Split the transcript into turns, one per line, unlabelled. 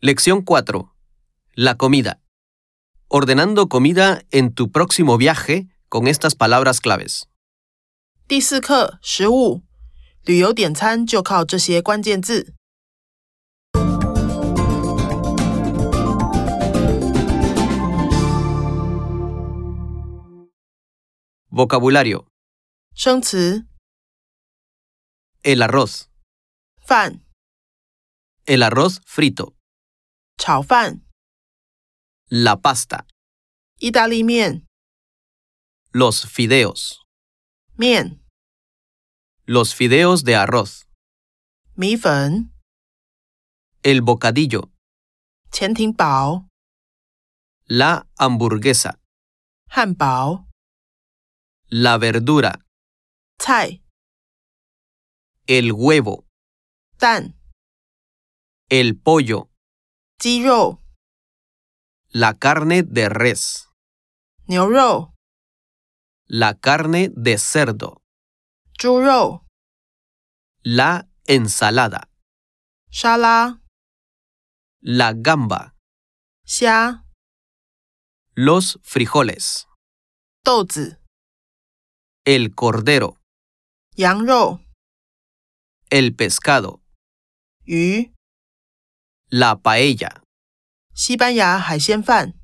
Lección 4. La comida. Ordenando comida en tu próximo viaje con estas palabras claves.
第四课食物，旅游点餐就靠这些关键字。
Vocabulario.
生词：
El arroz.
饭、
El arroz frito.
炒饭、
La pasta.
意大利面、
Los fideos.
面、
Los fideos de arroz.
米粉、
El bocadillo.
潜艇堡、
La hamburguesa.
汉堡、
La verdura.
菜、
El huevo.
蛋、
El pollo.
鸡肉、
La carne de res.
牛肉、
La carne de cerdo.
猪肉、
La ensalada.
沙拉、
La gamba.
虾、
Los frijoles.
豆子、
El cordero.
羊肉、
El pescado.
鱼、
La paella.
西班牙海鲜饭。